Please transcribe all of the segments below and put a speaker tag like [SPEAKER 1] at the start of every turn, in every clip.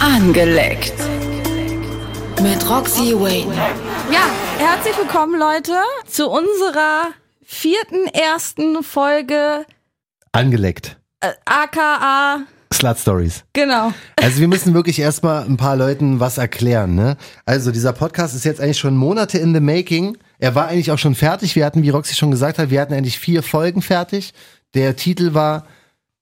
[SPEAKER 1] Angeleckt. Mit Roxy Wayne.
[SPEAKER 2] Ja, herzlich willkommen, Leute, zu unserer vierten ersten Folge,
[SPEAKER 3] Angeleckt.
[SPEAKER 2] äh, aka,
[SPEAKER 3] Slut Stories.
[SPEAKER 2] genau.
[SPEAKER 3] Also wir müssen wirklich erstmal ein paar Leuten was erklären, ne? Also dieser Podcast ist jetzt eigentlich schon Monate in the making. Er war eigentlich auch schon fertig. Wir hatten, wie Roxy schon gesagt hat, wir hatten eigentlich vier Folgen fertig. Der Titel war,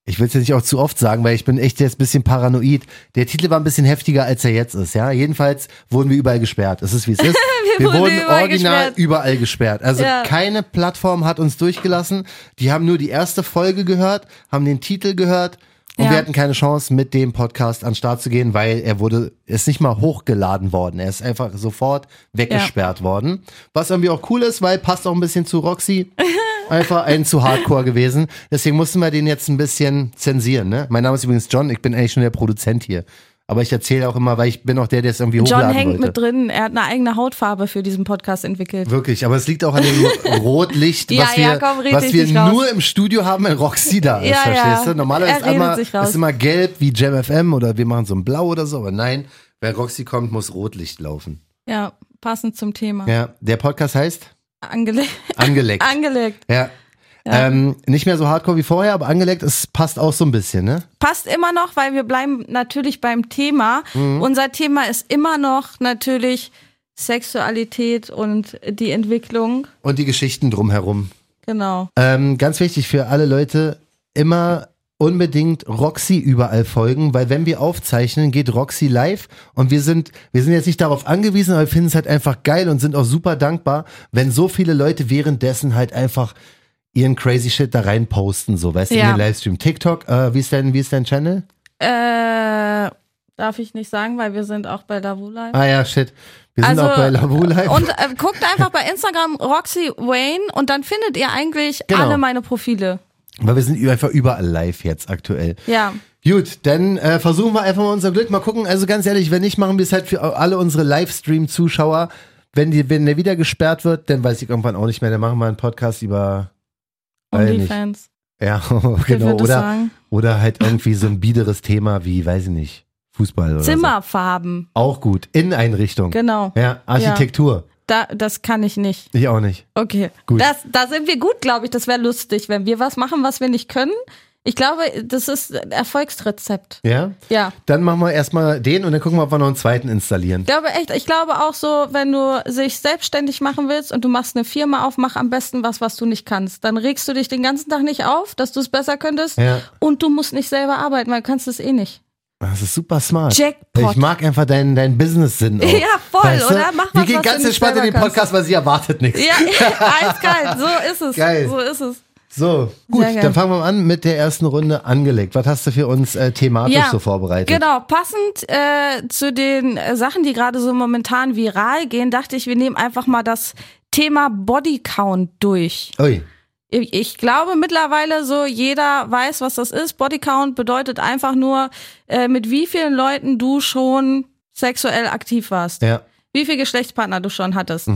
[SPEAKER 3] ich will es jetzt nicht auch zu oft sagen, weil ich bin echt jetzt ein bisschen paranoid. Der Titel war ein bisschen heftiger, als er jetzt ist, ja? Jedenfalls wurden wir überall gesperrt. Es ist, wie es ist.
[SPEAKER 2] Wir wurden überall
[SPEAKER 3] original
[SPEAKER 2] gesperrt.
[SPEAKER 3] überall gesperrt. Also
[SPEAKER 2] Ja.
[SPEAKER 3] keine Plattform hat uns durchgelassen. Die haben nur die erste Folge gehört, haben den Titel gehört und
[SPEAKER 2] Ja.
[SPEAKER 3] wir hatten keine Chance, mit dem Podcast an den Start zu gehen, weil er wurde, er ist nicht mal hochgeladen worden. Er ist einfach sofort weggesperrt worden. Was irgendwie auch cool ist, weil passt auch ein bisschen zu Roxy. Einfach ein zu hardcore gewesen. Deswegen mussten wir den jetzt ein bisschen zensieren, ne? Mein Name ist übrigens John, ich bin eigentlich schon der Produzent hier. Aber ich erzähle auch immer, weil ich bin auch der, der es irgendwie
[SPEAKER 2] John
[SPEAKER 3] hochladen
[SPEAKER 2] hängt
[SPEAKER 3] wollte.
[SPEAKER 2] mit drin, er hat eine eigene Hautfarbe für diesen Podcast entwickelt.
[SPEAKER 3] Wirklich, aber es liegt auch an dem Rotlicht,
[SPEAKER 2] Ja,
[SPEAKER 3] was wir,
[SPEAKER 2] ja, komm, red
[SPEAKER 3] was
[SPEAKER 2] dich
[SPEAKER 3] wir
[SPEAKER 2] nicht raus.
[SPEAKER 3] nur im Studio haben, wenn Roxy da ist,
[SPEAKER 2] Ja,
[SPEAKER 3] verstehst
[SPEAKER 2] ja.
[SPEAKER 3] du? Normalerweise
[SPEAKER 2] Er
[SPEAKER 3] ist
[SPEAKER 2] redet
[SPEAKER 3] immer,
[SPEAKER 2] sich raus.
[SPEAKER 3] ist immer gelb wie Jam FM oder wir machen so ein Blau oder so, aber nein, wenn Roxy kommt, muss Rotlicht laufen.
[SPEAKER 2] Ja, passend zum Thema.
[SPEAKER 3] Ja, der Podcast heißt
[SPEAKER 2] Angele
[SPEAKER 3] Angeleckt.
[SPEAKER 2] angelegt.
[SPEAKER 3] ja. Ähm, nicht mehr so hardcore wie vorher, aber angeleckt, es passt auch so ein bisschen, ne?
[SPEAKER 2] Passt immer noch, weil wir bleiben natürlich beim Thema. Unser Thema ist immer noch natürlich Sexualität und die Entwicklung.
[SPEAKER 3] Und die Geschichten drumherum.
[SPEAKER 2] Genau.
[SPEAKER 3] Ähm, ganz wichtig für alle Leute, immer unbedingt Roxy überall folgen, weil wenn wir aufzeichnen, geht Roxy live und wir sind, wir sind jetzt nicht darauf angewiesen, aber wir finden es halt einfach geil und sind auch super dankbar, wenn so viele Leute währenddessen halt einfach ihren crazy shit da rein posten, so, weißt du,
[SPEAKER 2] Ja.
[SPEAKER 3] in den Livestream. TikTok, äh, wie ist dein, wie ist dein Channel?
[SPEAKER 2] Äh, darf ich nicht sagen, weil wir sind auch bei Davula.
[SPEAKER 3] Ah ja, shit. Wir sind auch bei Labu live.
[SPEAKER 2] Also, Und äh, guckt einfach bei Instagram Roxy Wayne und dann findet ihr eigentlich
[SPEAKER 3] Genau.
[SPEAKER 2] alle meine Profile.
[SPEAKER 3] weil wir sind einfach überall live jetzt aktuell.
[SPEAKER 2] Ja.
[SPEAKER 3] Gut, dann äh, versuchen wir einfach mal unser Glück. Mal gucken, also ganz ehrlich, wenn nicht, machen wir es halt für alle unsere Livestream-Zuschauer. Wenn, die, wenn der wieder gesperrt wird, dann weiß ich irgendwann auch nicht mehr. Dann machen wir einen Podcast über, Weil nicht.
[SPEAKER 2] OnlyFans.
[SPEAKER 3] ja,
[SPEAKER 2] Ich
[SPEAKER 3] genau,
[SPEAKER 2] würde
[SPEAKER 3] oder,
[SPEAKER 2] sagen.
[SPEAKER 3] oder halt irgendwie so ein biederes Thema wie, weiß ich nicht, Fußball oder So.
[SPEAKER 2] Zimmerfarben.
[SPEAKER 3] Auch gut, Inneneinrichtung.
[SPEAKER 2] Genau.
[SPEAKER 3] Ja, Architektur.
[SPEAKER 2] Da, das kann ich nicht.
[SPEAKER 3] Ich auch nicht.
[SPEAKER 2] Okay.
[SPEAKER 3] Gut.
[SPEAKER 2] Das, da sind wir gut, glaube ich. Das wäre lustig, wenn wir was machen, was wir nicht können. Ich glaube, das ist ein Erfolgsrezept.
[SPEAKER 3] Ja?
[SPEAKER 2] Ja.
[SPEAKER 3] Dann machen wir erstmal den und dann gucken wir, ob wir noch einen zweiten installieren.
[SPEAKER 2] Ich glaube echt, ich glaube auch so, wenn du sich selbstständig machen willst und du machst eine Firma auf, mach am besten was, was du nicht kannst. Dann regst du dich den ganzen Tag nicht auf, dass du es besser könntest.
[SPEAKER 3] Ja.
[SPEAKER 2] Und du musst nicht selber arbeiten, weil du kannst es eh nicht.
[SPEAKER 3] Das ist super smart.
[SPEAKER 2] Jackpot.
[SPEAKER 3] Ich mag einfach deinen, deinen Business-Sinn. auch.
[SPEAKER 2] Ja, voll, oder? Mach
[SPEAKER 3] Wir
[SPEAKER 2] was,
[SPEAKER 3] gehen
[SPEAKER 2] was
[SPEAKER 3] ganz
[SPEAKER 2] du nicht
[SPEAKER 3] entspannt in
[SPEAKER 2] selber
[SPEAKER 3] den Podcast, weil sie erwartet nichts.
[SPEAKER 2] Ja, eiskalt, so ist es.
[SPEAKER 3] Geil.
[SPEAKER 2] So ist es.
[SPEAKER 3] So, gut,
[SPEAKER 2] geil.
[SPEAKER 3] dann fangen wir mal an mit der ersten Runde angelegt. Was hast du für uns äh, thematisch so vorbereitet?
[SPEAKER 2] Genau, passend äh, zu den äh, Sachen, die gerade so momentan viral gehen, dachte ich, wir nehmen einfach mal das Thema Bodycount durch.
[SPEAKER 3] Ui,
[SPEAKER 2] Ich ich glaube mittlerweile so, jeder weiß, was das ist. Bodycount bedeutet einfach nur, äh, mit wie vielen Leuten du schon sexuell aktiv warst.
[SPEAKER 3] ja. Mhm.
[SPEAKER 2] Wie viele Geschlechtspartner du schon hattest.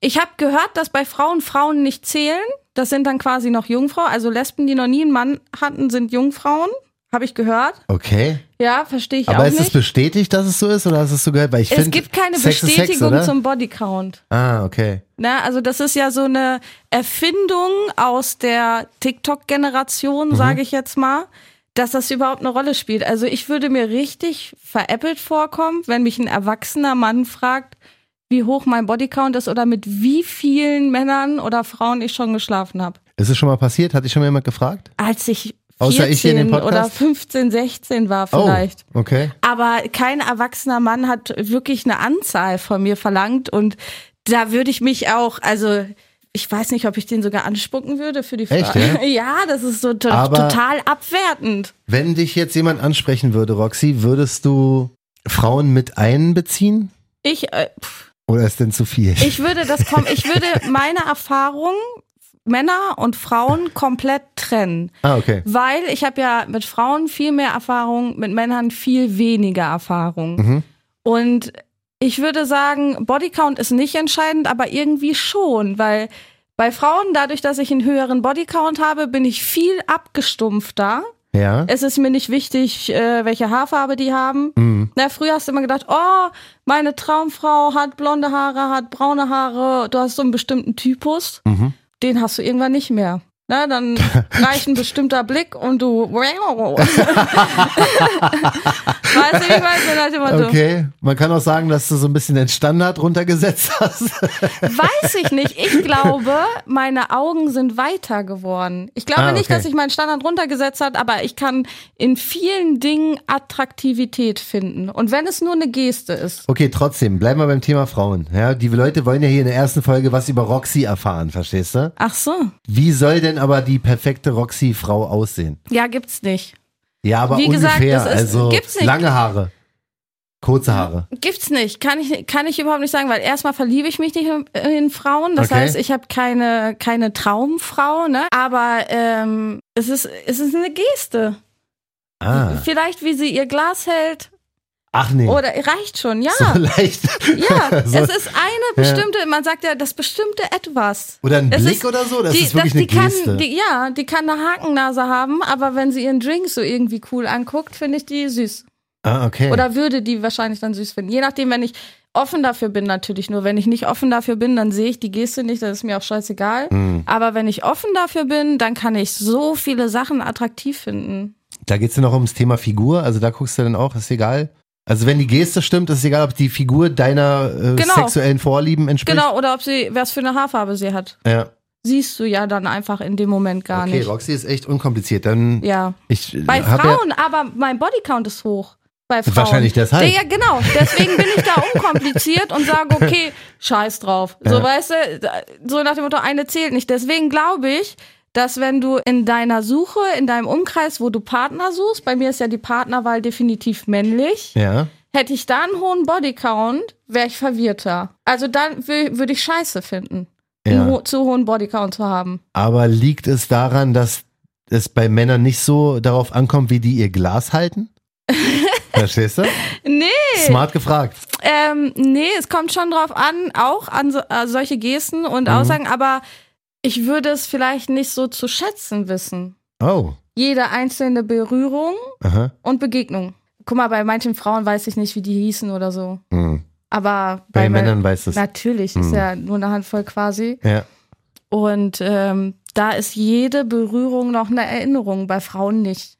[SPEAKER 2] Ich habe gehört, dass bei Frauen Frauen nicht zählen. Das sind dann quasi noch Jungfrau. Also Lesben, die noch nie einen Mann hatten, sind Jungfrauen. Habe ich gehört.
[SPEAKER 3] Okay.
[SPEAKER 2] Ja, verstehe ich auch
[SPEAKER 3] Aber ist es
[SPEAKER 2] nicht.
[SPEAKER 3] bestätigt, dass es so ist oder hast du es so gehört? Weil ich
[SPEAKER 2] Es
[SPEAKER 3] find,
[SPEAKER 2] gibt keine
[SPEAKER 3] Sex ist Sex,
[SPEAKER 2] Bestätigung
[SPEAKER 3] oder?
[SPEAKER 2] zum Bodycount.
[SPEAKER 3] Ah, okay.
[SPEAKER 2] Ne? Also das ist ja so eine Erfindung aus der TikTok-Generation,
[SPEAKER 3] Mhm.
[SPEAKER 2] sage ich jetzt mal, dass das überhaupt eine Rolle spielt. Also ich würde mir richtig veräppelt vorkommen, wenn mich ein erwachsener Mann fragt, wie hoch mein Bodycount ist oder mit wie vielen Männern oder Frauen ich schon geschlafen habe.
[SPEAKER 3] Ist es schon mal passiert? Hat dich schon mal jemand gefragt?
[SPEAKER 2] Als ich 14
[SPEAKER 3] Außer ich hier in dem Podcast?
[SPEAKER 2] oder 15, 16 war vielleicht.
[SPEAKER 3] Oh, okay.
[SPEAKER 2] Aber kein erwachsener Mann hat wirklich eine Anzahl von mir verlangt und da würde ich mich auch, also ich weiß nicht, ob ich den sogar anspucken würde für die
[SPEAKER 3] Echt,
[SPEAKER 2] Frage.
[SPEAKER 3] ja?
[SPEAKER 2] das ist so to
[SPEAKER 3] Aber-
[SPEAKER 2] total abwertend.
[SPEAKER 3] Wenn dich jetzt jemand ansprechen würde, Roxy, würdest du Frauen mit einbeziehen?
[SPEAKER 2] Ich, äh, pff,
[SPEAKER 3] Oder ist denn zu viel?
[SPEAKER 2] ich würde das kommen, ich würde meine Erfahrung Männer und Frauen komplett trennen.
[SPEAKER 3] ah, okay.
[SPEAKER 2] Weil ich habe ja mit Frauen viel mehr Erfahrung, mit Männern viel weniger Erfahrung.
[SPEAKER 3] Mhm.
[SPEAKER 2] Und ich würde sagen, Bodycount ist nicht entscheidend, aber irgendwie schon, weil bei Frauen, dadurch, dass ich einen höheren Bodycount habe, bin ich viel abgestumpfter
[SPEAKER 3] Ja.
[SPEAKER 2] Es ist mir nicht wichtig, äh, welche Haarfarbe die haben. Na, früher hast du immer gedacht, oh, meine Traumfrau hat blonde Haare, hat braune Haare, du hast so einen bestimmten Typus. Den hast du irgendwann nicht mehr. Na, dann reicht ein bestimmter Blick und du. weißt du, wie ich meine? Dann halt immer so.
[SPEAKER 3] Okay, man kann auch sagen, dass du so ein bisschen den Standard runtergesetzt hast.
[SPEAKER 2] Weiß ich nicht. Ich glaube, meine Augen sind weiter geworden. Ich glaube
[SPEAKER 3] Ah,
[SPEAKER 2] nicht,
[SPEAKER 3] okay.
[SPEAKER 2] dass ich meinen Standard runtergesetzt hat, aber ich kann in vielen Dingen Attraktivität finden. Und wenn es nur eine Geste ist.
[SPEAKER 3] Okay, trotzdem, bleiben wir beim Thema Frauen. Ja, die Leute wollen ja hier in der ersten Folge was über Roxy erfahren, verstehst du?
[SPEAKER 2] Ach so.
[SPEAKER 3] Wie soll denn aber die perfekte Roxy-Frau aussehen?
[SPEAKER 2] Ja, gibt's nicht.
[SPEAKER 3] Ja, aber
[SPEAKER 2] Wie gesagt,
[SPEAKER 3] ungefähr.
[SPEAKER 2] das ist-
[SPEAKER 3] also
[SPEAKER 2] gibt's nicht.
[SPEAKER 3] lange Haare, kurze Haare.
[SPEAKER 2] Gibt's nicht. Kann ich, kann ich überhaupt nicht sagen, weil erstmal verliebe ich mich nicht in, in Frauen. Das
[SPEAKER 3] Okay.
[SPEAKER 2] heißt, ich habe keine, keine Traumfrau, ne? Aber ähm, es, ist, es ist eine Geste.
[SPEAKER 3] Ah.
[SPEAKER 2] Vielleicht, wie sie ihr Glas hält.
[SPEAKER 3] Ach nee.
[SPEAKER 2] Oder reicht schon, ja.
[SPEAKER 3] So leicht.
[SPEAKER 2] Ja,
[SPEAKER 3] So-
[SPEAKER 2] es ist eine bestimmte, man sagt ja, das bestimmte Etwas.
[SPEAKER 3] Oder ein
[SPEAKER 2] es
[SPEAKER 3] Blick
[SPEAKER 2] ist-
[SPEAKER 3] oder so? Das
[SPEAKER 2] die,
[SPEAKER 3] ist wirklich
[SPEAKER 2] das,
[SPEAKER 3] eine
[SPEAKER 2] die kann,
[SPEAKER 3] Geste.
[SPEAKER 2] Die, ja, die kann eine Hakennase haben, aber wenn sie ihren Drink so irgendwie cool anguckt, finde ich die süß.
[SPEAKER 3] ah, okay.
[SPEAKER 2] Oder würde die wahrscheinlich dann süß finden. Je nachdem, wenn ich offen dafür bin, natürlich nur. Wenn ich nicht offen dafür bin, dann sehe ich die Geste nicht, das ist mir auch scheißegal.
[SPEAKER 3] Hm.
[SPEAKER 2] Aber wenn ich offen dafür bin, dann kann ich so viele Sachen attraktiv finden.
[SPEAKER 3] da geht's ja noch ums Thema Figur, also da guckst du dann auch, ist egal. Also wenn die Geste stimmt, ist egal, ob die Figur deiner äh,
[SPEAKER 2] Genau.
[SPEAKER 3] sexuellen Vorlieben entspricht.
[SPEAKER 2] Genau, oder ob sie, was für eine Haarfarbe sie hat.
[SPEAKER 3] Ja.
[SPEAKER 2] Siehst du ja dann einfach in dem Moment Genau. gar
[SPEAKER 3] Okay,
[SPEAKER 2] nicht.
[SPEAKER 3] Roxy ist echt unkompliziert. Dann
[SPEAKER 2] Ja.
[SPEAKER 3] ich äh,
[SPEAKER 2] Bei
[SPEAKER 3] hab
[SPEAKER 2] Frauen, aber mein Bodycount ist hoch. Bei Frauen.
[SPEAKER 3] Wahrscheinlich deshalb.
[SPEAKER 2] Ja, genau. Deswegen bin ich da unkompliziert und sage, okay, scheiß drauf. So, weißt du, so nach dem Motto, eine zählt nicht. Deswegen glaube ich, dass wenn du in deiner Suche, in deinem Umkreis, wo du Partner suchst, bei mir ist ja die Partnerwahl definitiv männlich,
[SPEAKER 3] ja, ja.
[SPEAKER 2] hätte ich da einen hohen Bodycount, wäre ich verwirrter. Also dann wür- würde ich scheiße finden, einen
[SPEAKER 3] Ja.
[SPEAKER 2] ho zu hohen Bodycount zu haben.
[SPEAKER 3] Aber liegt es daran, dass es bei Männern nicht so darauf ankommt, wie die ihr Glas halten? Verstehst du?
[SPEAKER 2] Nee,
[SPEAKER 3] Smart gefragt.
[SPEAKER 2] Ähm, nee, es kommt schon drauf an, auch an so, äh, solche Gesten und
[SPEAKER 3] Mhm.
[SPEAKER 2] Aussagen, aber ich würde es vielleicht nicht so zu schätzen wissen.
[SPEAKER 3] Oh.
[SPEAKER 2] Jede einzelne Berührung
[SPEAKER 3] Aha.
[SPEAKER 2] und Begegnung. Guck mal, bei manchen Frauen weiß ich nicht, wie die hießen oder so.
[SPEAKER 3] Hm.
[SPEAKER 2] Aber
[SPEAKER 3] Bei Männern weißt du es. Mhm.
[SPEAKER 2] Natürlich, ist ja nur eine Handvoll quasi.
[SPEAKER 3] Ja.
[SPEAKER 2] Und ähm, da ist jede Berührung noch eine Erinnerung, bei Frauen nicht.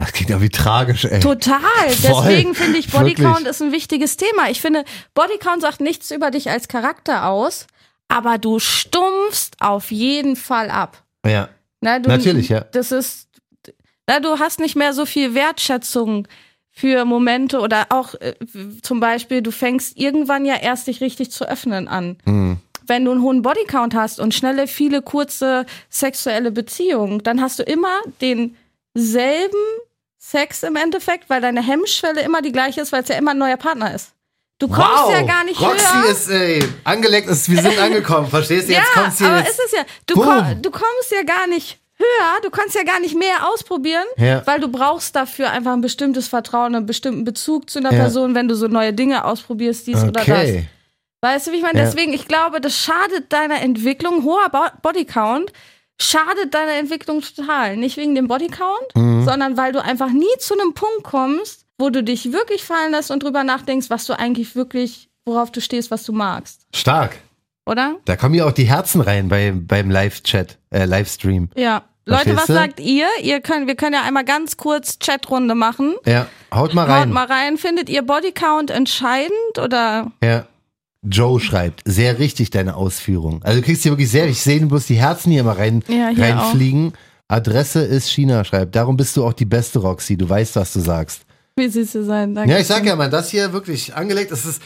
[SPEAKER 3] Das klingt ja wie tragisch, ey.
[SPEAKER 2] Total.
[SPEAKER 3] Voll.
[SPEAKER 2] Deswegen finde ich Bodycount
[SPEAKER 3] Wirklich.
[SPEAKER 2] ist ein wichtiges Thema. Ich finde, Bodycount sagt nichts über dich als Charakter aus, aber du stumpfst auf jeden Fall ab.
[SPEAKER 3] ja.
[SPEAKER 2] Na, du,
[SPEAKER 3] Natürlich, ja.
[SPEAKER 2] Das ist, na, du hast nicht mehr so viel Wertschätzung für Momente oder auch äh, zum Beispiel, du fängst irgendwann ja erst dich richtig zu öffnen an.
[SPEAKER 3] Hm.
[SPEAKER 2] Wenn du einen hohen Bodycount hast und schnelle, viele kurze sexuelle Beziehungen, dann hast du immer denselben Sex im Endeffekt, weil deine Hemmschwelle immer die gleiche ist, weil es ja immer ein neuer Partner ist. Du kommst ja gar nicht
[SPEAKER 3] Roxy
[SPEAKER 2] höher.
[SPEAKER 3] ist, ey, angeleckt ist, wir sind angekommen, verstehst du? Jetzt
[SPEAKER 2] ja,
[SPEAKER 3] kommst du
[SPEAKER 2] aber
[SPEAKER 3] jetzt.
[SPEAKER 2] ist es ja. Du,
[SPEAKER 3] Boom.
[SPEAKER 2] komm, du kommst ja gar nicht höher, du kannst ja gar nicht mehr ausprobieren,
[SPEAKER 3] Ja.
[SPEAKER 2] weil du brauchst dafür einfach ein bestimmtes Vertrauen, einen bestimmten Bezug zu einer
[SPEAKER 3] Ja.
[SPEAKER 2] Person, wenn du so neue Dinge ausprobierst, dies oder das.
[SPEAKER 3] okay.
[SPEAKER 2] Weißt du, wie ich meine?
[SPEAKER 3] Ja.
[SPEAKER 2] Deswegen, ich glaube, das schadet deiner Entwicklung. Hoher Bo Bodycount schadet deiner Entwicklung total. Nicht wegen dem Bodycount,
[SPEAKER 3] Mhm.
[SPEAKER 2] sondern weil du einfach nie zu einem Punkt kommst, wo du dich wirklich fallen lässt und drüber nachdenkst, was du eigentlich wirklich, worauf du stehst, was du magst.
[SPEAKER 3] Stark.
[SPEAKER 2] Oder?
[SPEAKER 3] Da kommen ja auch die Herzen rein bei, beim Live-Chat, äh, Livestream.
[SPEAKER 2] Ja.
[SPEAKER 3] Verstehst
[SPEAKER 2] Leute, was
[SPEAKER 3] du?
[SPEAKER 2] sagt ihr? ihr könnt, wir können ja einmal ganz kurz Chatrunde machen.
[SPEAKER 3] Ja, haut mal rein.
[SPEAKER 2] Haut mal rein. Findet ihr Bodycount entscheidend oder?
[SPEAKER 3] Ja. Joe schreibt, sehr richtig deine Ausführung. Also du kriegst hier wirklich sehr, ich sehe bloß die Herzen hier mal rein,
[SPEAKER 2] Ja, hier
[SPEAKER 3] reinfliegen. Adresse ist China, schreibt. Darum bist du auch die beste Roxy. Du weißt, was du sagst.
[SPEAKER 2] Wie süß ihr sein? Danke.
[SPEAKER 3] Ja, ich sag ja mal, das hier wirklich angelegt, es ist,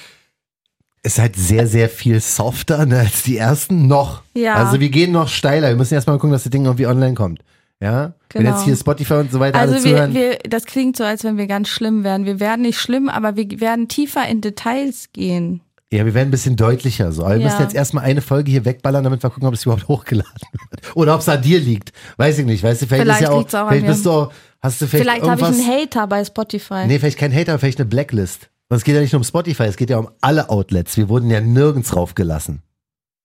[SPEAKER 3] ist halt sehr, sehr viel softer ne, als die ersten. Noch.
[SPEAKER 2] Ja.
[SPEAKER 3] Also wir gehen noch steiler. Wir müssen erstmal gucken, dass das Ding irgendwie online kommt. Ja. Wenn
[SPEAKER 2] Genau.
[SPEAKER 3] jetzt hier Spotify und so weiter alle
[SPEAKER 2] Also wir,
[SPEAKER 3] zuhören.
[SPEAKER 2] wir, das klingt so, als wenn wir ganz schlimm wären. Wir werden nicht schlimm, aber wir werden tiefer in Details gehen.
[SPEAKER 3] ja, wir werden ein bisschen deutlicher so. Aber wir
[SPEAKER 2] Ja.
[SPEAKER 3] müssen jetzt erstmal eine Folge hier wegballern, damit wir gucken, ob es überhaupt hochgeladen wird. Oder ob es an dir liegt. Weiß ich nicht. Weißt du, vielleicht, ist
[SPEAKER 2] Vielleicht
[SPEAKER 3] ja auch,
[SPEAKER 2] liegt's auch an
[SPEAKER 3] vielleicht
[SPEAKER 2] mir.
[SPEAKER 3] bist du auch, hast du vielleicht,
[SPEAKER 2] Vielleicht habe ich
[SPEAKER 3] irgendwas.
[SPEAKER 2] einen Hater bei Spotify.
[SPEAKER 3] Nee, vielleicht kein Hater, vielleicht eine Blacklist. Und es geht ja nicht nur um Spotify, es geht ja um alle Outlets. Wir wurden ja nirgends raufgelassen.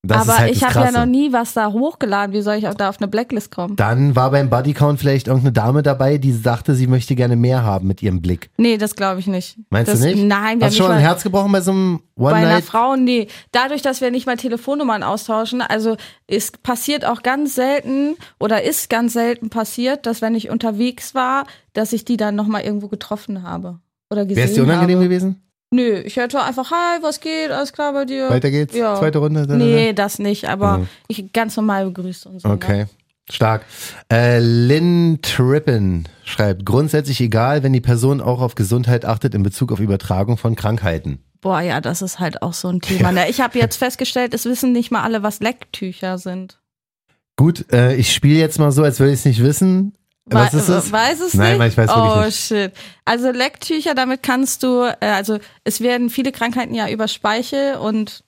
[SPEAKER 3] Das ist
[SPEAKER 2] aber
[SPEAKER 3] halt
[SPEAKER 2] ich
[SPEAKER 3] das
[SPEAKER 2] habe ja
[SPEAKER 3] Krasse.
[SPEAKER 2] noch nie was da hochgeladen. Wie soll ich auch da auf eine Blacklist kommen?
[SPEAKER 3] Dann war beim Bodycount vielleicht irgendeine Dame dabei, die sagte, sie möchte gerne mehr haben mit ihrem Blick.
[SPEAKER 2] nee, das glaube ich nicht.
[SPEAKER 3] Meinst
[SPEAKER 2] das,
[SPEAKER 3] du nicht?
[SPEAKER 2] Nein, wir
[SPEAKER 3] Hast du schon
[SPEAKER 2] haben
[SPEAKER 3] ein
[SPEAKER 2] nicht mal,
[SPEAKER 3] Herz gebrochen bei so einem One
[SPEAKER 2] bei einer
[SPEAKER 3] Night?
[SPEAKER 2] Frau, nee. Dadurch, dass wir nicht mal Telefonnummern austauschen, also es passiert auch ganz selten oder ist ganz selten passiert, dass wenn ich unterwegs war, dass ich die dann nochmal irgendwo getroffen habe. Oder gesehen
[SPEAKER 3] Wäre es dir unangenehm
[SPEAKER 2] habe.
[SPEAKER 3] gewesen?
[SPEAKER 2] Nö, ich hörte einfach, hi, was geht, alles klar bei dir?
[SPEAKER 3] Weiter geht's.
[SPEAKER 2] Ja.
[SPEAKER 3] Zweite Runde. da, da, da.
[SPEAKER 2] Nee, das nicht, aber
[SPEAKER 3] Mhm.
[SPEAKER 2] ich ganz normal begrüßt und so. Ne?
[SPEAKER 3] Okay. Stark. Äh, Lynn Trippen schreibt, grundsätzlich egal, wenn die Person auch auf Gesundheit achtet in Bezug auf Übertragung von Krankheiten.
[SPEAKER 2] Boah, ja, das ist halt auch so ein Thema. Ne? Ich habe jetzt festgestellt, es wissen nicht mal alle, was Lecktücher sind.
[SPEAKER 3] Gut, äh, ich spiele jetzt mal so, als würde ich es nicht wissen. Was
[SPEAKER 2] Wei-
[SPEAKER 3] ist es?
[SPEAKER 2] Weiß es
[SPEAKER 3] Nein,
[SPEAKER 2] nicht?
[SPEAKER 3] weil ich weiß wirklich
[SPEAKER 2] oh,
[SPEAKER 3] nicht.
[SPEAKER 2] shit. Also Lecktücher, damit kannst du, äh, also es werden viele Krankheiten ja über Speichel und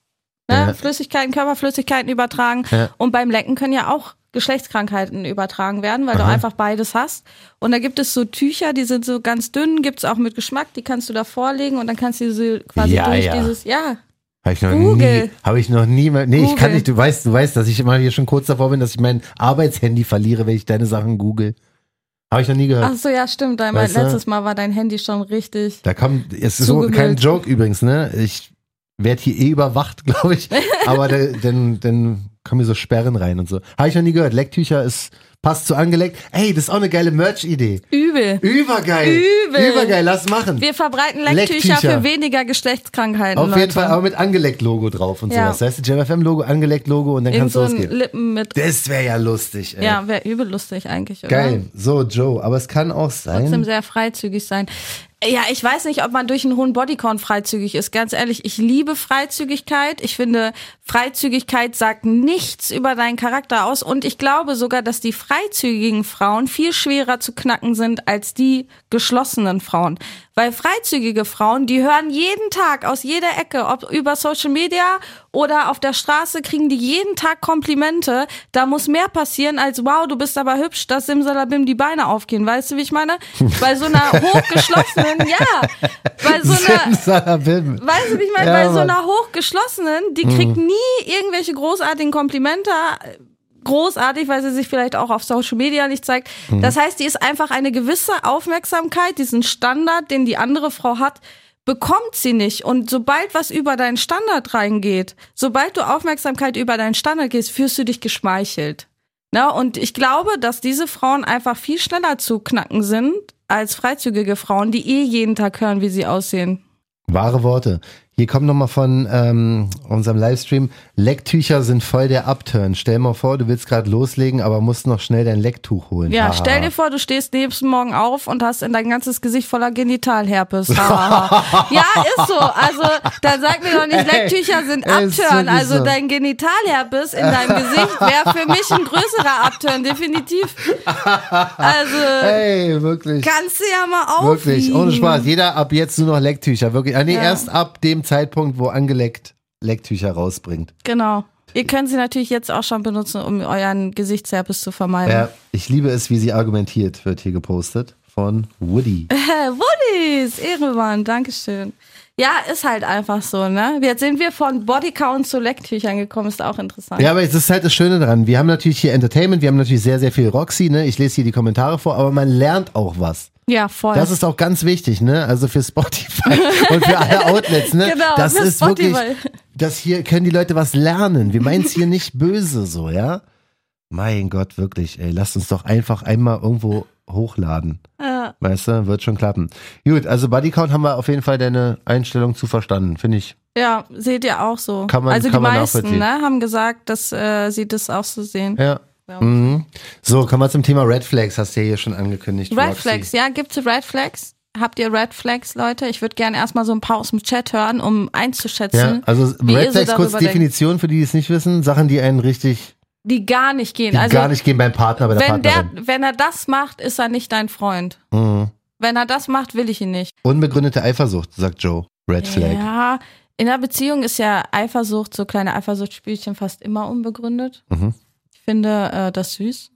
[SPEAKER 2] ne,
[SPEAKER 3] Ja.
[SPEAKER 2] Flüssigkeiten, Körperflüssigkeiten übertragen.
[SPEAKER 3] Ja.
[SPEAKER 2] Und beim Lecken können ja auch Geschlechtskrankheiten übertragen werden, weil
[SPEAKER 3] Aha.
[SPEAKER 2] du einfach beides hast. Und da gibt es so Tücher, die sind so ganz dünn, gibt's auch mit Geschmack, die kannst du da vorlegen und dann kannst du sie quasi
[SPEAKER 3] Ja,
[SPEAKER 2] durch
[SPEAKER 3] ja.
[SPEAKER 2] dieses, ja,
[SPEAKER 3] Habe ich noch
[SPEAKER 2] Google.
[SPEAKER 3] nie. Habe ich noch nie. Mal, nee, ich kann
[SPEAKER 2] Google.
[SPEAKER 3] nicht. Du weißt, du weißt, dass ich immer hier schon kurz davor bin, dass ich mein Arbeitshandy verliere, wenn ich deine Sachen google. Habe ich noch nie gehört.
[SPEAKER 2] Ach so, ja, stimmt. Dein
[SPEAKER 3] Weißt du?
[SPEAKER 2] letztes Mal war dein Handy schon richtig.
[SPEAKER 3] Da kam, es ist so
[SPEAKER 2] Zugemüllt.
[SPEAKER 3] kein Joke übrigens, ne? Ich werde hier eh überwacht, glaube ich. Aber da- dann, dann kommen hier so Sperren rein und so. Habe ich noch nie gehört. Lecktücher ist, passt zu angeleckt. Ey, das ist auch eine geile Merch-Idee.
[SPEAKER 2] Übel.
[SPEAKER 3] Übergeil.
[SPEAKER 2] Übel.
[SPEAKER 3] Übergeil, lass machen.
[SPEAKER 2] Wir verbreiten Lecktücher,
[SPEAKER 3] Lecktücher.
[SPEAKER 2] für weniger Geschlechtskrankheiten.
[SPEAKER 3] Auf jeden
[SPEAKER 2] Leute.
[SPEAKER 3] Fall, aber mit angeleckt-Logo drauf und
[SPEAKER 2] Ja.
[SPEAKER 3] sowas. Da ist die JamFM-Logo, angeleckt-Logo und dann
[SPEAKER 2] Irgend
[SPEAKER 3] kannst
[SPEAKER 2] so
[SPEAKER 3] du
[SPEAKER 2] ein
[SPEAKER 3] losgehen.
[SPEAKER 2] Lippen mit.
[SPEAKER 3] Das wäre ja lustig, ey.
[SPEAKER 2] Ja, wäre übel lustig eigentlich. Oder?
[SPEAKER 3] Geil. So, Joe. Aber es kann auch
[SPEAKER 2] Trotzdem
[SPEAKER 3] sein.
[SPEAKER 2] sehr freizügig sein. Ja, ich weiß nicht, ob man durch einen hohen Bodycount freizügig ist. Ganz ehrlich, ich liebe Freizügigkeit. Ich finde, Freizügigkeit sagt nichts über deinen Charakter aus. Und ich glaube sogar, dass die freizügigen Frauen viel schwerer zu knacken sind als die geschlossenen Frauen. Weil freizügige Frauen, die hören jeden Tag aus jeder Ecke, ob über Social Media oder auf der Straße, kriegen die jeden Tag Komplimente. Da muss mehr passieren als, wow, du bist aber hübsch, dass Simsalabim die Beine aufgehen. Weißt du, wie ich meine? Bei so einer hochgeschlossenen, ja, bei so einer,
[SPEAKER 3] Simsalabim.
[SPEAKER 2] Weißt du, wie ich meine?
[SPEAKER 3] Ja,
[SPEAKER 2] Bei so
[SPEAKER 3] Mann. Mhm.
[SPEAKER 2] einer hochgeschlossenen, die kriegt nie irgendwelche großartigen Komplimente. äh, Großartig, weil sie sich vielleicht auch auf Social Media nicht zeigt.
[SPEAKER 3] Mhm.
[SPEAKER 2] Das heißt, die ist einfach eine gewisse Aufmerksamkeit, diesen Standard, den die andere Frau hat, bekommt sie nicht. Und sobald was über deinen Standard reingeht, sobald du Aufmerksamkeit über deinen Standard gehst, fühlst du dich geschmeichelt. Na, und ich glaube, dass diese Frauen einfach viel schneller zu knacken sind als freizügige Frauen, die eh jeden Tag hören, wie sie aussehen.
[SPEAKER 3] Wahre Worte. Hier kommt nochmal von ähm, unserem Livestream. Lecktücher sind voll der Upturn. Stell mal vor, du willst gerade loslegen, aber musst noch schnell dein Lecktuch holen.
[SPEAKER 2] Ja,
[SPEAKER 3] Haha.
[SPEAKER 2] stell dir vor, du stehst nächsten Morgen auf und hast in dein ganzes Gesicht voller Genitalherpes. Hahaha. ja, ist so. Also, dann sag mir doch nicht,
[SPEAKER 3] Ey,
[SPEAKER 2] Lecktücher sind
[SPEAKER 3] ey, ist
[SPEAKER 2] Abtören.
[SPEAKER 3] wirklich
[SPEAKER 2] Also,
[SPEAKER 3] so.
[SPEAKER 2] dein Genitalherpes in deinem Gesicht wäre für mich ein größerer Abtören, definitiv. Also,
[SPEAKER 3] Ey, wirklich.
[SPEAKER 2] kannst du ja mal auf.
[SPEAKER 3] Wirklich, ohne Spaß. Jeder ab jetzt nur noch Lecktücher. Wirklich. Ah, nee,
[SPEAKER 2] Ja.
[SPEAKER 3] erst ab dem Zeitpunkt, wo angeleckt Lecktücher rausbringt.
[SPEAKER 2] Genau. Ihr könnt sie natürlich jetzt auch schon benutzen, um euren Gesichtsherpes zu vermeiden.
[SPEAKER 3] Ja, ich liebe es, wie sie argumentiert, wird hier gepostet von Woody.
[SPEAKER 2] Äh, Woodies, Ehrenmann, Dankeschön. Ja, ist halt einfach so, ne? Jetzt sind wir von Bodycount zu Lecktüchern gekommen, ist auch interessant.
[SPEAKER 3] Ja, aber es ist halt das Schöne daran. Wir haben natürlich hier Entertainment, wir haben natürlich sehr, sehr viel Roxy, ne? Ich lese hier die Kommentare vor, aber man lernt auch was.
[SPEAKER 2] Ja, voll.
[SPEAKER 3] Das ist auch ganz wichtig, ne? Also für Spotify und für alle Outlets, ne?
[SPEAKER 2] Genau,
[SPEAKER 3] das
[SPEAKER 2] für
[SPEAKER 3] ist
[SPEAKER 2] Spotify.
[SPEAKER 3] wirklich, das hier können die Leute was lernen. Wir meinen es hier nicht böse so, ja? Mein Gott, wirklich, ey, lasst uns doch einfach einmal irgendwo hochladen.
[SPEAKER 2] Ja.
[SPEAKER 3] Weißt du, wird schon klappen. Gut, also Bodycount haben wir auf jeden Fall deine Einstellung zu verstanden, finde ich.
[SPEAKER 2] ja, seht ihr auch so.
[SPEAKER 3] Kann man-
[SPEAKER 2] also
[SPEAKER 3] kann
[SPEAKER 2] die
[SPEAKER 3] man
[SPEAKER 2] meisten
[SPEAKER 3] nachvollziehen.
[SPEAKER 2] ne, haben gesagt, dass äh, sie das auch so sehen.
[SPEAKER 3] Ja.
[SPEAKER 2] Ja.
[SPEAKER 3] Mhm. So, kommen wir zum Thema Red Flags, hast du ja hier schon angekündigt.
[SPEAKER 2] Red
[SPEAKER 3] Roxy.
[SPEAKER 2] Flags, ja, gibt's Red Flags? Habt ihr Red Flags, Leute? Ich würde gerne erstmal so ein paar aus dem Chat hören, um einzuschätzen.
[SPEAKER 3] Ja, also
[SPEAKER 2] wie ihr so
[SPEAKER 3] Red Flags, kurz
[SPEAKER 2] darüber denkt.
[SPEAKER 3] Definition für die, die es nicht wissen, Sachen, die einen richtig,
[SPEAKER 2] Die gar nicht gehen.
[SPEAKER 3] die
[SPEAKER 2] also
[SPEAKER 3] gar nicht gehen beim Partner, bei der
[SPEAKER 2] wenn der,
[SPEAKER 3] Partnerin.
[SPEAKER 2] wenn er das macht, ist er nicht dein Freund.
[SPEAKER 3] Mhm.
[SPEAKER 2] Wenn er das macht, will ich ihn nicht.
[SPEAKER 3] Unbegründete Eifersucht, sagt Joe. Red Flag.
[SPEAKER 2] Ja, in einer Beziehung ist ja Eifersucht, so kleine Eifersuchtsspielchen fast immer unbegründet.
[SPEAKER 3] Mhm.
[SPEAKER 2] Ich finde äh, das süß.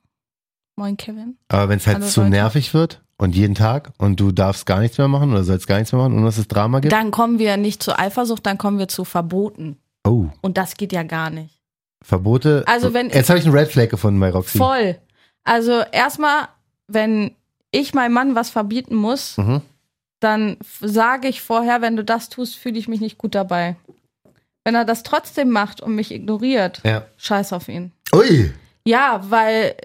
[SPEAKER 2] Moin, Kevin.
[SPEAKER 3] Aber wenn es halt
[SPEAKER 2] Hallo,
[SPEAKER 3] zu
[SPEAKER 2] Leute.
[SPEAKER 3] nervig wird und jeden Tag und du darfst gar nichts mehr machen oder sollst gar nichts mehr machen und es das Drama gibt.
[SPEAKER 2] Dann kommen wir nicht zu Eifersucht, dann kommen wir zu Verboten.
[SPEAKER 3] oh,
[SPEAKER 2] Und das geht ja gar nicht.
[SPEAKER 3] Verbote.
[SPEAKER 2] Also wenn-
[SPEAKER 3] Jetzt habe ich einen Red Flag gefunden bei Roxy.
[SPEAKER 2] Voll. Also erstmal, wenn ich meinem Mann was verbieten muss,
[SPEAKER 3] Mhm.
[SPEAKER 2] dann f- sage ich vorher, wenn du das tust, fühle ich mich nicht gut dabei. Wenn er das trotzdem macht und mich ignoriert,
[SPEAKER 3] Ja.
[SPEAKER 2] scheiß auf ihn.
[SPEAKER 3] Ui.
[SPEAKER 2] Ja, weil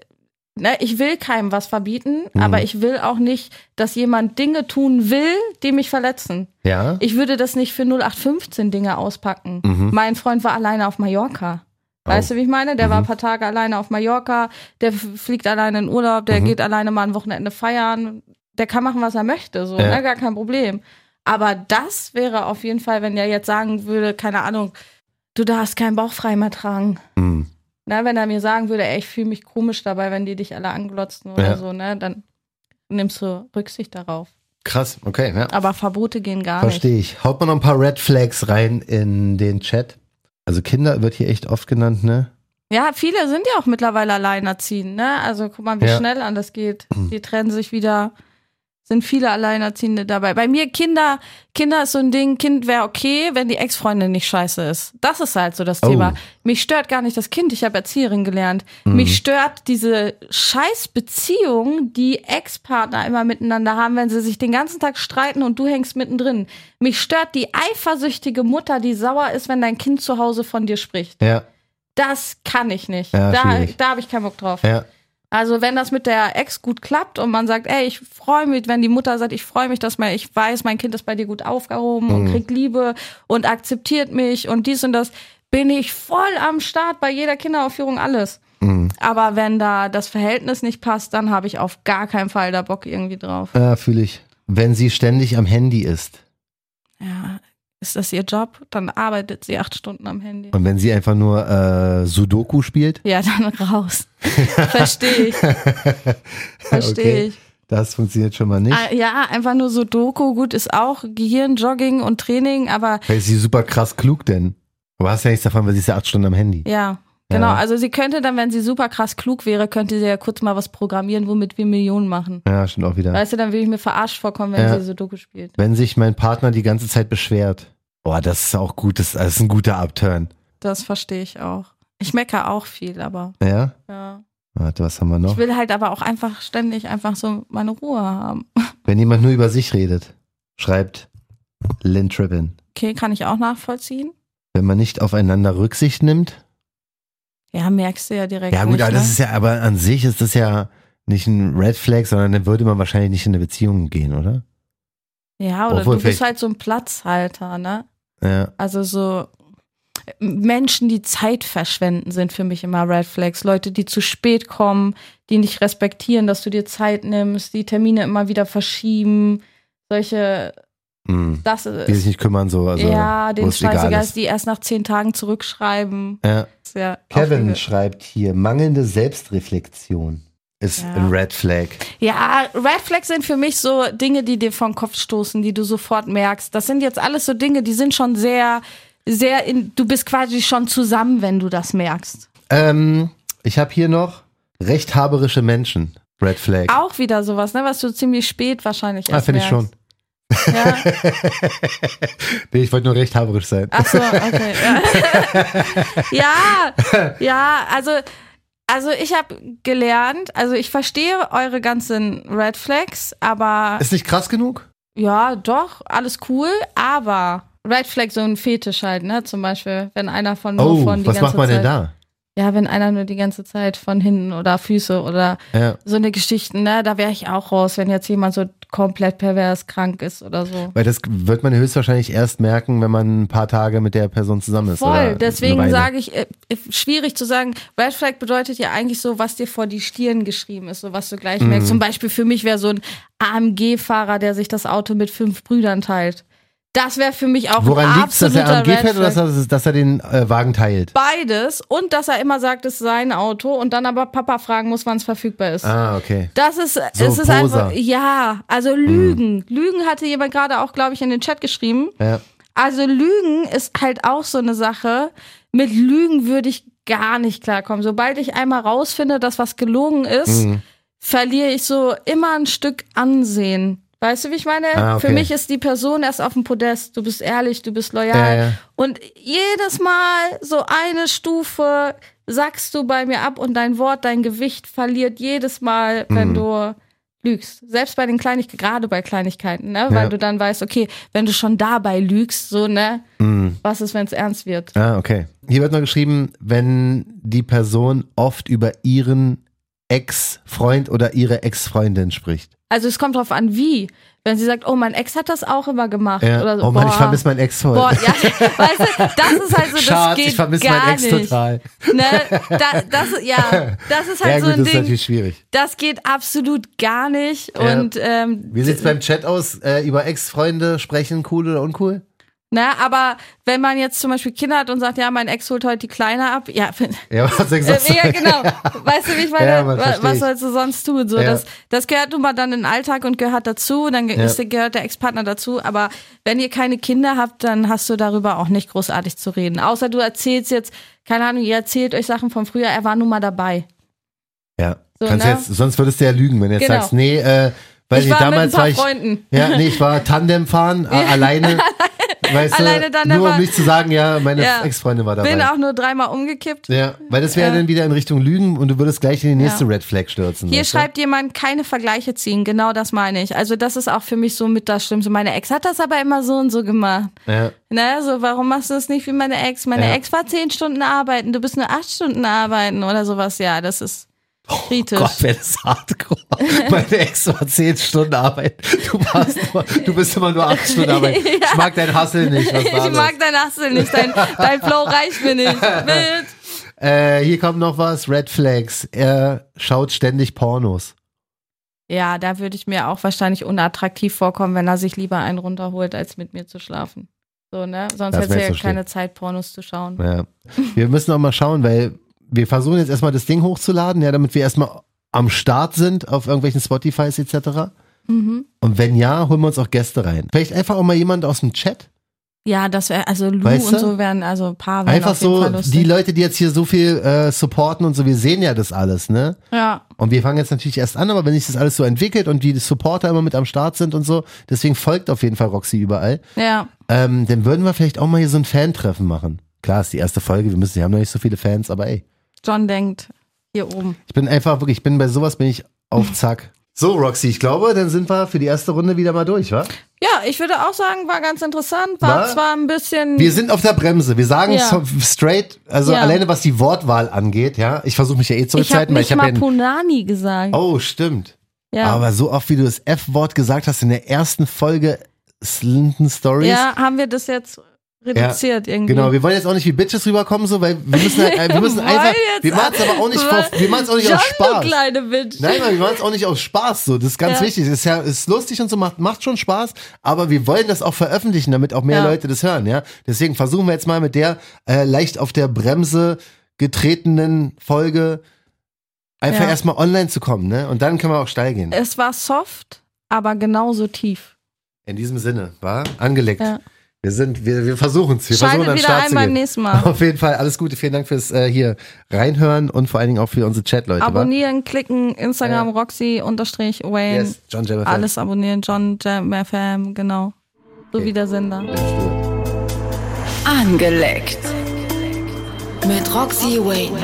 [SPEAKER 2] ne, ich will keinem was verbieten, aber ich will auch nicht, dass jemand Dinge tun will, die mich verletzen.
[SPEAKER 3] Ja.
[SPEAKER 2] Ich würde das nicht für 0815 Dinge auspacken.
[SPEAKER 3] Mhm.
[SPEAKER 2] Mein Freund war alleine auf Mallorca. Weißt du, wie ich meine? Der war ein paar Tage alleine auf Mallorca, der f- fliegt alleine in Urlaub, der geht alleine mal ein Wochenende feiern, der kann machen, was er möchte, so,
[SPEAKER 3] Ja.
[SPEAKER 2] ne? gar kein Problem. Aber das wäre auf jeden Fall, wenn der jetzt sagen würde, keine Ahnung, du darfst keinen Bauchfrei mehr tragen.
[SPEAKER 3] Mhm.
[SPEAKER 2] Na, wenn er mir sagen würde, ey, ich fühle mich komisch dabei, wenn die dich alle anglotzen oder
[SPEAKER 3] Ja.
[SPEAKER 2] so, ne, dann nimmst du Rücksicht darauf.
[SPEAKER 3] Krass. Okay. Ja.
[SPEAKER 2] Aber Verbote gehen gar nicht.
[SPEAKER 3] Verstehe ich. Haut mal noch ein paar Red Flags rein in den Chat. Also Kinder wird hier echt oft genannt, ne?
[SPEAKER 2] Ja, viele sind ja auch mittlerweile alleinerziehend, ne? Also guck mal, wie
[SPEAKER 3] Ja.
[SPEAKER 2] schnell an das geht. Die trennen sich wieder, sind viele Alleinerziehende dabei. Bei mir Kinder, Kinder ist so ein Ding, Kind wäre okay, wenn die Ex-Freundin nicht scheiße ist. Das ist halt so das
[SPEAKER 3] Oh. Mhm.
[SPEAKER 2] Thema. Mich stört gar nicht das Kind, ich habe Erzieherin gelernt. Mich stört diese scheiß Beziehung, die Ex-Partner immer miteinander haben, wenn sie sich den ganzen Tag streiten und du hängst mittendrin. Mich stört die eifersüchtige Mutter, die sauer ist, wenn dein Kind zu Hause von dir spricht.
[SPEAKER 3] Ja.
[SPEAKER 2] Das kann ich nicht.
[SPEAKER 3] Ja,
[SPEAKER 2] da
[SPEAKER 3] schwierig.
[SPEAKER 2] da habe ich keinen Bock drauf.
[SPEAKER 3] Ja.
[SPEAKER 2] Also wenn das mit der Ex gut klappt und man sagt, ey, ich freue mich, wenn die Mutter sagt, ich freue mich, dass mein, ich weiß, mein Kind ist bei dir gut aufgehoben
[SPEAKER 3] Mhm.
[SPEAKER 2] und kriegt Liebe und akzeptiert mich und dies und das, bin ich voll am Start bei jeder Kinderaufführung alles.
[SPEAKER 3] Mhm.
[SPEAKER 2] Aber wenn da das Verhältnis nicht passt, dann habe ich auf gar keinen Fall da Bock irgendwie drauf.
[SPEAKER 3] Ja, Ah, fühle ich. Wenn sie ständig am Handy ist
[SPEAKER 2] Ja, ist das ihr Job? Dann arbeitet sie acht Stunden am Handy.
[SPEAKER 3] und wenn sie einfach nur äh, Sudoku spielt,
[SPEAKER 2] Ja, dann raus. Verstehe ich. Verstehe
[SPEAKER 3] Okay.
[SPEAKER 2] ich.
[SPEAKER 3] das funktioniert schon mal nicht.
[SPEAKER 2] Ah, ja, einfach nur so Doku, gut ist auch Gehirn, Jogging und Training, aber
[SPEAKER 3] Weil ist sie super krass klug denn? Aber hast ja nichts davon, weil sie ist ja acht Stunden am Handy.
[SPEAKER 2] ja, genau.
[SPEAKER 3] Ja.
[SPEAKER 2] Also sie könnte dann, wenn sie super krass klug wäre, könnte sie ja kurz mal was programmieren, womit wir Millionen machen.
[SPEAKER 3] Ja, stimmt auch wieder.
[SPEAKER 2] Weißt du, dann würde ich mir verarscht vorkommen, wenn
[SPEAKER 3] Ja.
[SPEAKER 2] sie so Doku spielt.
[SPEAKER 3] Wenn sich mein Partner die ganze Zeit beschwert. Boah, das ist auch gut, das das ist ein guter Upturn.
[SPEAKER 2] Das verstehe ich auch. Ich meckere auch viel, aber
[SPEAKER 3] Ja?
[SPEAKER 2] ja.
[SPEAKER 3] Warte, was haben wir
[SPEAKER 2] Ich
[SPEAKER 3] noch?
[SPEAKER 2] will halt aber auch einfach ständig einfach so meine Ruhe haben.
[SPEAKER 3] Wenn jemand nur über sich redet, schreibt Lynn Trippin.
[SPEAKER 2] Okay, kann ich auch nachvollziehen.
[SPEAKER 3] Wenn man nicht aufeinander Rücksicht nimmt.
[SPEAKER 2] Ja, merkst du ja direkt.
[SPEAKER 3] Ja, gut,
[SPEAKER 2] nicht,
[SPEAKER 3] aber das
[SPEAKER 2] ne?
[SPEAKER 3] ist ja, aber an sich ist das ja nicht ein Red Flag, sondern dann würde man wahrscheinlich nicht in eine Beziehung gehen, oder?
[SPEAKER 2] ja, oder
[SPEAKER 3] Obwohl
[SPEAKER 2] du bist
[SPEAKER 3] vielleicht-
[SPEAKER 2] halt so ein Platzhalter, ne?
[SPEAKER 3] Ja.
[SPEAKER 2] Also so Menschen, die Zeit verschwenden, sind für mich immer Red Flags. Leute, die zu spät kommen, die nicht respektieren, dass du dir Zeit nimmst, die Termine immer wieder verschieben. Solche,
[SPEAKER 3] Hm.
[SPEAKER 2] das
[SPEAKER 3] Die sich
[SPEAKER 2] ist.
[SPEAKER 3] nicht kümmern, so. Also,
[SPEAKER 2] ja,
[SPEAKER 3] wo
[SPEAKER 2] den
[SPEAKER 3] es egal
[SPEAKER 2] Scheißegeist,
[SPEAKER 3] ist.
[SPEAKER 2] die erst nach zehn Tagen zurückschreiben.
[SPEAKER 3] Ja.
[SPEAKER 2] Ist ja
[SPEAKER 3] Kevin
[SPEAKER 2] aufregend.
[SPEAKER 3] schreibt hier, mangelnde Selbstreflexion ist
[SPEAKER 2] Ja.
[SPEAKER 3] ein Red Flag.
[SPEAKER 2] Ja, Red Flags sind für mich so Dinge, die dir vom Kopf stoßen, die du sofort merkst. Das sind jetzt alles so Dinge, die sind schon sehr, sehr in, du bist quasi schon zusammen, wenn du das merkst.
[SPEAKER 3] Ähm, ich habe hier noch rechthaberische Menschen. Red Flag.
[SPEAKER 2] auch wieder sowas, ne, was du ziemlich spät wahrscheinlich
[SPEAKER 3] ah,
[SPEAKER 2] erst
[SPEAKER 3] finde ich schon.
[SPEAKER 2] merkst. Ja?
[SPEAKER 3] Nee, ich wollte nur rechthaberisch sein.
[SPEAKER 2] Ach so, okay. Ja, ja, ja also, also ich habe gelernt, also ich verstehe eure ganzen Red Flags, aber
[SPEAKER 3] Ist nicht krass genug?
[SPEAKER 2] ja, doch, alles cool, aber Red Flag so ein Fetisch halt, ne, zum Beispiel, wenn einer von nur
[SPEAKER 3] Oh,
[SPEAKER 2] von die
[SPEAKER 3] was
[SPEAKER 2] ganze
[SPEAKER 3] macht man
[SPEAKER 2] Zeit,
[SPEAKER 3] denn da?
[SPEAKER 2] Ja, wenn einer nur die ganze Zeit von hinten oder Füße oder
[SPEAKER 3] Ja.
[SPEAKER 2] so eine Geschichten, ne, da wäre ich auch raus, wenn jetzt jemand so komplett pervers krank ist oder so.
[SPEAKER 3] Weil das wird man höchstwahrscheinlich erst merken, wenn man ein paar Tage mit der Person zusammen ist.
[SPEAKER 2] Voll,
[SPEAKER 3] oder eine
[SPEAKER 2] deswegen
[SPEAKER 3] Weile.
[SPEAKER 2] sage ich, äh, äh, schwierig zu sagen, Red Flag bedeutet ja eigentlich so, was dir vor die Stirn geschrieben ist, so was du gleich
[SPEAKER 3] Mhm.
[SPEAKER 2] merkst. Zum Beispiel für mich wäre so ein AMG-Fahrer, der sich das Auto mit fünf Brüdern teilt. Das wäre für mich auch
[SPEAKER 3] Woran
[SPEAKER 2] ein
[SPEAKER 3] liegt es, dass
[SPEAKER 2] absoluter
[SPEAKER 3] er am G
[SPEAKER 2] Red
[SPEAKER 3] fährt oder dass
[SPEAKER 2] Flag.
[SPEAKER 3] er, dass er den äh, Wagen teilt?
[SPEAKER 2] Beides und dass er immer sagt, es ist sein Auto und dann aber Papa fragen muss, wann es verfügbar ist.
[SPEAKER 3] Ah, okay.
[SPEAKER 2] Das ist,
[SPEAKER 3] So
[SPEAKER 2] es ist
[SPEAKER 3] Poser. Mhm.
[SPEAKER 2] einfach, ja, also Lügen. Lügen hatte jemand gerade auch, glaube ich, in den Chat geschrieben.
[SPEAKER 3] Ja.
[SPEAKER 2] Also Lügen ist halt auch so eine Sache. Mit Lügen würde ich gar nicht klarkommen. Sobald ich einmal
[SPEAKER 3] Mhm.
[SPEAKER 2] rausfinde, dass was gelogen ist, verliere ich so immer ein Stück Ansehen. Weißt du, wie ich meine?
[SPEAKER 3] Ah, okay.
[SPEAKER 2] Für mich ist die Person erst auf dem Podest. Du bist ehrlich, du bist loyal.
[SPEAKER 3] Ja, ja.
[SPEAKER 2] Und jedes Mal so eine Stufe sackst du bei mir ab und dein Wort, dein Gewicht verliert jedes Mal,
[SPEAKER 3] Mhm.
[SPEAKER 2] wenn du lügst. Selbst bei den Kleinigkeiten, gerade bei Kleinigkeiten, ne? Weil
[SPEAKER 3] Ja.
[SPEAKER 2] du dann weißt, okay, wenn du schon dabei lügst, so, ne?
[SPEAKER 3] Mhm.
[SPEAKER 2] Was ist, wenn es ernst wird?
[SPEAKER 3] Ah, okay. Hier wird noch geschrieben, wenn die Person oft über ihren Ex-Freund oder ihre Ex-Freundin spricht.
[SPEAKER 2] Also es kommt drauf an, wie. Wenn sie sagt, oh, mein Ex hat das auch immer gemacht.
[SPEAKER 3] Ja.
[SPEAKER 2] Oder so,
[SPEAKER 3] oh Mann, ich
[SPEAKER 2] boah.
[SPEAKER 3] vermisse meinen Ex heute.
[SPEAKER 2] Boah, ja, weißt du, das ist halt so, das
[SPEAKER 3] Schatz,
[SPEAKER 2] geht
[SPEAKER 3] ich vermisse
[SPEAKER 2] gar
[SPEAKER 3] meinen Ex
[SPEAKER 2] nicht.
[SPEAKER 3] total.
[SPEAKER 2] Ne? Da, das, ja, das ist halt
[SPEAKER 3] ja
[SPEAKER 2] so
[SPEAKER 3] gut,
[SPEAKER 2] ein
[SPEAKER 3] das ist
[SPEAKER 2] Ding,
[SPEAKER 3] natürlich schwierig.
[SPEAKER 2] das geht absolut gar nicht.
[SPEAKER 3] Ja.
[SPEAKER 2] Und ähm,
[SPEAKER 3] Wie sieht's beim Chat aus? Äh, über Ex-Freunde sprechen, cool oder uncool?
[SPEAKER 2] ne, aber wenn man jetzt zum Beispiel Kinder hat und sagt, ja, mein Ex holt heute die Kleine ab, ja,
[SPEAKER 3] Ja, was soll ich
[SPEAKER 2] Äh,
[SPEAKER 3] sonst
[SPEAKER 2] ja,
[SPEAKER 3] sagen?
[SPEAKER 2] genau. Weißt du, wie ich meine,
[SPEAKER 3] Ja, man
[SPEAKER 2] Wa-
[SPEAKER 3] versteht.
[SPEAKER 2] was sollst du sonst tun? So,
[SPEAKER 3] Ja.
[SPEAKER 2] das, das gehört nun mal dann in den Alltag und gehört dazu. Dann ge-
[SPEAKER 3] Ja.
[SPEAKER 2] ist, gehört der Ex-Partner dazu. Aber wenn ihr keine Kinder habt, dann hast du darüber auch nicht großartig zu reden. Außer du erzählst jetzt, keine Ahnung, ihr erzählt euch Sachen von früher, er war nun mal dabei.
[SPEAKER 3] Ja,
[SPEAKER 2] So,
[SPEAKER 3] kannst
[SPEAKER 2] ne?
[SPEAKER 3] jetzt, sonst würdest du ja lügen, wenn du jetzt
[SPEAKER 2] Genau.
[SPEAKER 3] sagst, nee, äh, weil
[SPEAKER 2] Ich
[SPEAKER 3] ich
[SPEAKER 2] war mit
[SPEAKER 3] damals
[SPEAKER 2] ein paar
[SPEAKER 3] war ich,
[SPEAKER 2] Freunden.
[SPEAKER 3] ja, nee, ich war Tandem fahren, a- alleine, weißt
[SPEAKER 2] Alleine
[SPEAKER 3] du,
[SPEAKER 2] Tandem
[SPEAKER 3] nur um
[SPEAKER 2] fahren.
[SPEAKER 3] nicht zu sagen, ja, meine
[SPEAKER 2] Ja.
[SPEAKER 3] Ex-Freundin war dabei.
[SPEAKER 2] Bin auch nur dreimal umgekippt.
[SPEAKER 3] ja, weil das wäre
[SPEAKER 2] Ja.
[SPEAKER 3] dann wieder in Richtung Lügen und du würdest gleich in die nächste
[SPEAKER 2] Ja.
[SPEAKER 3] Red Flag stürzen.
[SPEAKER 2] Hier
[SPEAKER 3] weißt
[SPEAKER 2] schreibt jemand, keine Vergleiche ziehen. Genau das meine ich. Also das ist auch für mich so mit das Schlimmste. Meine Ex hat das aber immer so und so gemacht.
[SPEAKER 3] du? Ja.
[SPEAKER 2] Ne, so, warum machst du das nicht wie meine Ex? Meine
[SPEAKER 3] Ja.
[SPEAKER 2] Ex war zehn Stunden arbeiten, du bist nur acht Stunden arbeiten oder sowas. Ja, das ist kritisch.
[SPEAKER 3] Oh Gott, wäre das hardcore. Meine Ex war zehn Stunden Arbeit. Du, warst nur, du bist immer nur acht Stunden Arbeit. Ich mag dein Hassel nicht. Was war
[SPEAKER 2] ich mag dein Hassel nicht, dein, dein Flow reicht mir nicht. Wild.
[SPEAKER 3] das? Äh, hier kommt noch was. Red Flags. Er schaut ständig Pornos.
[SPEAKER 2] Ja, da würde ich mir auch wahrscheinlich unattraktiv vorkommen, wenn er sich lieber einen runterholt, als mit mir zu schlafen. So, ne? Sonst
[SPEAKER 3] Das
[SPEAKER 2] hätte
[SPEAKER 3] wär
[SPEAKER 2] er ja
[SPEAKER 3] so schlimm.
[SPEAKER 2] keine Zeit, Pornos zu schauen.
[SPEAKER 3] Ja. Wir müssen auch mal schauen, weil wir versuchen jetzt erstmal das Ding hochzuladen, ja, damit wir erstmal am Start sind auf irgendwelchen Spotifys etc.
[SPEAKER 2] Mhm.
[SPEAKER 3] Und wenn ja, holen wir uns auch Gäste rein. Vielleicht einfach auch mal jemand aus dem Chat.
[SPEAKER 2] Ja, das wäre, also Lou
[SPEAKER 3] Weißt
[SPEAKER 2] und
[SPEAKER 3] du?
[SPEAKER 2] so wären, also ein paar wären
[SPEAKER 3] Einfach
[SPEAKER 2] auf jeden
[SPEAKER 3] so,
[SPEAKER 2] Fall lustig.
[SPEAKER 3] die Leute, die jetzt hier so viel äh, supporten und so, wir sehen ja das alles, ne?
[SPEAKER 2] ja.
[SPEAKER 3] Und wir fangen jetzt natürlich erst an, aber wenn sich das alles so entwickelt und die Supporter immer mit am Start sind und so, deswegen folgt auf jeden Fall Roxy überall,
[SPEAKER 2] Ja.
[SPEAKER 3] ähm, dann würden wir vielleicht auch mal hier so ein Fan-Treffen machen. Klar, ist die erste Folge, wir müssen, wir haben noch nicht so viele Fans, aber ey.
[SPEAKER 2] John denkt hier oben.
[SPEAKER 3] Ich bin einfach wirklich, ich bin bei sowas bin ich auf Zack. So, Roxy, ich glaube, dann sind wir für die erste Runde wieder mal durch, wa?
[SPEAKER 2] Ja, ich würde auch sagen, war ganz interessant. War
[SPEAKER 3] War?
[SPEAKER 2] zwar ein bisschen.
[SPEAKER 3] Wir sind auf der Bremse. Wir sagen
[SPEAKER 2] Ja.
[SPEAKER 3] so straight, also
[SPEAKER 2] Ja.
[SPEAKER 3] alleine was die Wortwahl angeht, ja. Ich versuche mich ja eh
[SPEAKER 2] ich habe
[SPEAKER 3] zurückzuhalten, weil
[SPEAKER 2] nicht
[SPEAKER 3] ich habe
[SPEAKER 2] mal
[SPEAKER 3] ja einen,
[SPEAKER 2] Punani gesagt.
[SPEAKER 3] Oh, stimmt.
[SPEAKER 2] ja.
[SPEAKER 3] Aber so oft, wie du das F-Wort gesagt hast in der ersten Folge Slinton Stories.
[SPEAKER 2] ja, haben wir das jetzt reduziert irgendwie.
[SPEAKER 3] Genau, wir wollen jetzt auch nicht wie Bitches rüberkommen, so, weil wir müssen halt, äh, wir müssen
[SPEAKER 2] Wollen
[SPEAKER 3] einfach,
[SPEAKER 2] jetzt-
[SPEAKER 3] wir machen es aber auch nicht, vor, wir machen es auch nicht
[SPEAKER 2] John,
[SPEAKER 3] aus Spaß.
[SPEAKER 2] du kleine Bitch.
[SPEAKER 3] Nein, nein, wir machen es auch nicht aus Spaß. So, das ist ganz
[SPEAKER 2] Ja.
[SPEAKER 3] wichtig. Das ist ja ist lustig und so macht macht schon Spaß. Aber wir wollen das auch veröffentlichen, damit auch mehr
[SPEAKER 2] Ja.
[SPEAKER 3] Leute das hören. Ja, deswegen versuchen wir jetzt mal mit der äh, leicht auf der Bremse getretenen Folge einfach
[SPEAKER 2] Ja.
[SPEAKER 3] erstmal online zu kommen. Ne, und dann können wir auch steil gehen.
[SPEAKER 2] Es war soft, aber genauso tief.
[SPEAKER 3] In diesem Sinne, war angelegt.
[SPEAKER 2] Ja.
[SPEAKER 3] Wir sind, wir, wir versuchen es. Wir
[SPEAKER 2] Schaltet
[SPEAKER 3] versuchen an den
[SPEAKER 2] wieder
[SPEAKER 3] Start
[SPEAKER 2] ein
[SPEAKER 3] zu
[SPEAKER 2] beim
[SPEAKER 3] gehen.
[SPEAKER 2] nächsten Mal.
[SPEAKER 3] Auf jeden Fall alles Gute. Vielen Dank fürs äh, hier reinhören und vor allen Dingen auch für unsere Chat-Leute. wa?
[SPEAKER 2] Abonnieren, klicken, Instagram, Roxy, unterstrich, Wayne.
[SPEAKER 3] Yes, John Jabber.
[SPEAKER 2] Alles abonnieren, John Jam FM, genau. So wie der Sender.
[SPEAKER 1] Angeleckt. Mit Roxy Wayne.